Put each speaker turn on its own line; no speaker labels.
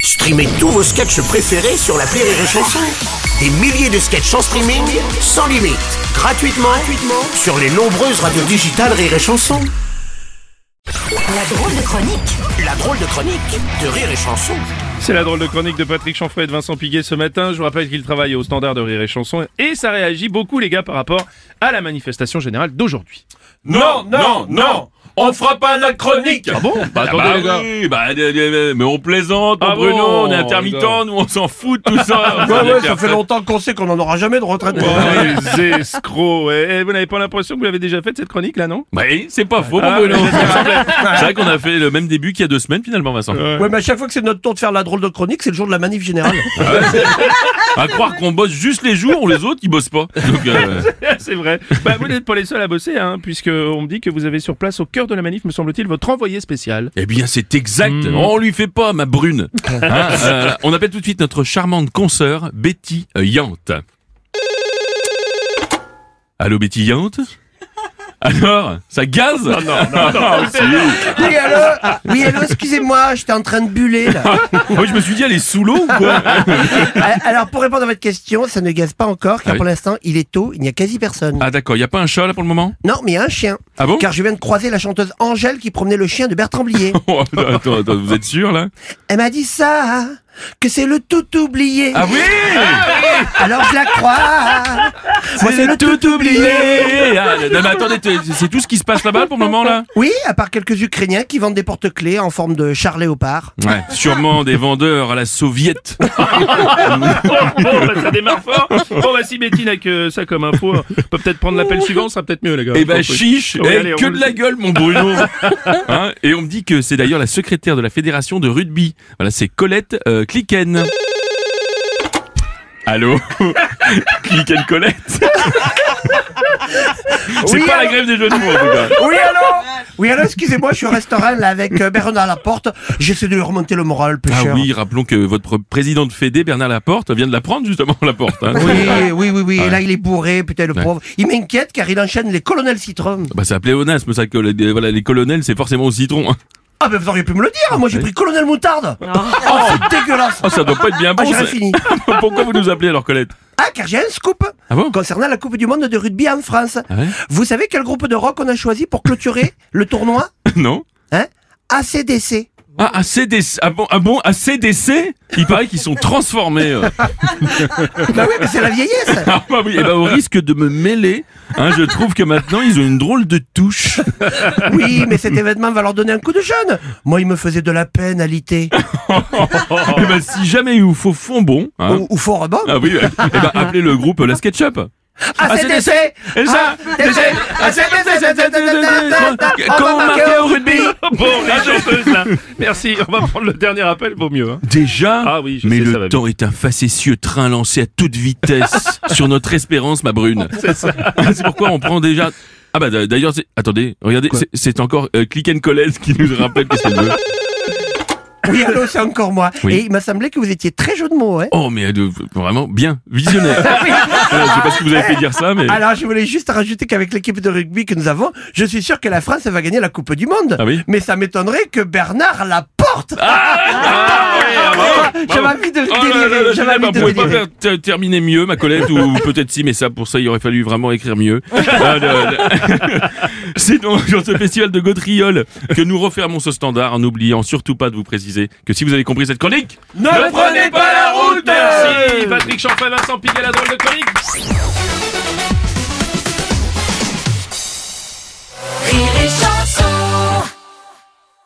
Streamez tous vos sketchs préférés sur la Rire et Chanson. Des milliers de sketchs en streaming, sans limite, gratuitement, gratuitement sur les nombreuses radios digitales Rire et Chanson.
La drôle de chronique
La drôle de chronique de Rire et Chanson.
C'est la drôle de chronique de Patrick Chanfray et de Vincent Piguet ce matin. Je vous rappelle qu'il travaille au standard de rire et chanson et ça réagit beaucoup les gars par rapport à la manifestation générale d'aujourd'hui.
Non, non, non On fera pas la chronique Ah
bon Bah, attendez, les gars.
oui, bah, euh, euh, mais on plaisante,
Ah
mon Bruno,
bon,
on est intermittent, nous on s'en fout de tout ça
Ouais, ouais, ça fait longtemps qu'on sait qu'on n'en aura jamais de retraite.
Oh, Ah, Les escrocs, ouais. Et vous n'avez pas l'impression que vous l'avez déjà faite cette chronique là, non
Bah oui, c'est pas faux,
Ah.
mon Bruno C'est vrai qu'on a fait le même début qu'il y a deux semaines finalement, Vincent.
Ouais, mais à chaque fois que c'est notre tour de faire la drôle de chronique, c'est le jour de la manif générale.
À croire qu'on bosse juste les jours, les autres ils bossent pas. Donc, euh,
C'est vrai. Bah, vous n'êtes pas les seuls à bosser, hein, puisque on me dit que vous avez sur place au cœur de la manif, me semble-t-il, votre envoyé spécial.
Eh bien, c'est exact.
Mm.
On lui fait pas, ma brune. Hein, euh, on appelle tout de suite notre charmante consoeur, Betty Yante. Allô, Betty Yante Alors, ça gaze
Ah oui, allô Oui, allô, excusez-moi, j'étais en train de buller, là.
Moi, je me suis dit, elle est sous l'eau ou quoi
Euh, Alors, pour répondre à votre question, ça ne gaze pas encore, car
Ah oui.
pour l'instant, il est tôt, il n'y a quasi personne.
Ah d'accord, il a pas un chat là pour le moment
Non, mais il y a un chien.
Ah bon
Car je viens de croiser la chanteuse Angèle qui promenait le chien de Bertrand Blier.
Oh, attends, attends, attends, vous êtes sûr là
Elle m'a dit ça, que c'est le tout oublié.
Ah oui
Alors je la crois. Moi, c'est le tout oublié.
oublié Ah, Non mais attendez, t- c'est tout ce qui se passe là-bas pour le moment là
Oui, à part quelques Ukrainiens qui vendent des porte-clés en forme de char léopard.
Ouais, sûrement des vendeurs à la soviète.
bon, bah, ça démarre fort. Bon, bah, si Betty n'a que ça comme info, on peut peut-être prendre l'appel suivant, ça sera peut-être mieux, les gars.
Eh ben chiche,
Oui,
eh,
allez, on
que
le
de la
dit.
gueule mon Bruno. Hein, et on me dit que c'est d'ailleurs la secrétaire de la fédération de rugby. Voilà, c'est Colette euh, Cliquen. Allô Cliquen Colette C'est
Oui,
pas la
allô
grève des jeux de mots en tout cas.
Oui, alors Oui, alors, excusez-moi, je suis au restaurant là, avec euh, Bernard Laporte. J'essaie de lui remonter le moral, le
Ah
pêcheur.
oui, rappelons que votre président de Fédé, Bernard Laporte, vient de la prendre justement Laporte. Hein.
Oui, oui, oui, oui. Et là, il est bourré, putain, le
Ouais.
pauvre. Il m'inquiète car il enchaîne les colonels citron.
Bah c'est un pléonasme ça que les, des- voilà, les colonels c'est forcément au citron. hein.
Ah, ben, vous auriez pu me le dire. Moi, j'ai
Oui.
pris colonel moutarde. Oh, c'est dégueulasse.
Oh ça doit pas être bien
Ah,
bon.
j'ai
ça.
fini.
Pourquoi vous nous appelez alors Colette
Ah, car j'ai un scoop
Ah bon
concernant la Coupe du Monde de rugby en France.
Ah ouais
Vous savez quel groupe de rock on a choisi pour clôturer le tournoi
Non
Hein ACDC.
Ah, à CDC, ah bon, ah bon, à CDC, il paraît qu'ils sont transformés. euh.
Bah oui, mais c'est la vieillesse.
Ah bah oui, et bah, au risque de me mêler, hein, je trouve que maintenant ils ont une drôle de touche.
Oui, mais cet événement va leur donner un coup de jeune. Moi, il me faisait de la peine à l'ité.
Hein
Oh.
Et bah si jamais il vous faut fond bon, hein,
Ou, ou fort rebond.
ah oui, et bah appelez le groupe euh, La SketchUp. Ah,
ACDC
Et ça, Ah,
ACDC Ah, ACDC
Comment marquer
ah,
au rugby
Bon, les chanteuses, là. Merci, on va prendre le dernier appel, vaut mieux. hein.
Déjà,
Ah oui, je
mais
sais, ça va
le temps est un facétieux train lancé à toute vitesse sur notre espérance, ma brune. C'est pourquoi on prend déjà. Ah bah d'a- d'ailleurs, c'est- attendez, regardez, c'est- c'est encore euh, Click and Collect qui nous rappelle qu'est-ce qu'elle veut.
ah, Oui, allô, c'est encore moi.
Oui.
Et il m'a semblé que vous étiez très jeu de mots, hein.
Oh mais euh, vraiment bien, visionnaire.
Ah
Voilà, je sais pas ce que vous avez fait dire ça, mais
Alors, je voulais juste rajouter qu'avec l'équipe de rugby que nous avons, je suis sûr que la France va gagner la Coupe du Monde.
Ah oui
Mais ça m'étonnerait que Bernard la porte.
Ah
Ah
Ah, J'avais envie de
Oh là là là,
délirer.
je
J'avais
sais
envie
pas, vous
de
pouvez pas
délirer.
faire ter- terminer mieux, ma collègue, ou peut-être si, mais ça, pour ça, il aurait fallu vraiment écrire mieux. Ah, le- le- C'est donc sur ce festival de Gaudriol que nous refermons ce standard en n'oubliant surtout pas de vous préciser que si vous avez compris cette chronique,
Ne
prenez pas la route
Merci, Patrick Chanfray, Vincent Piguet, la drôle de chronique.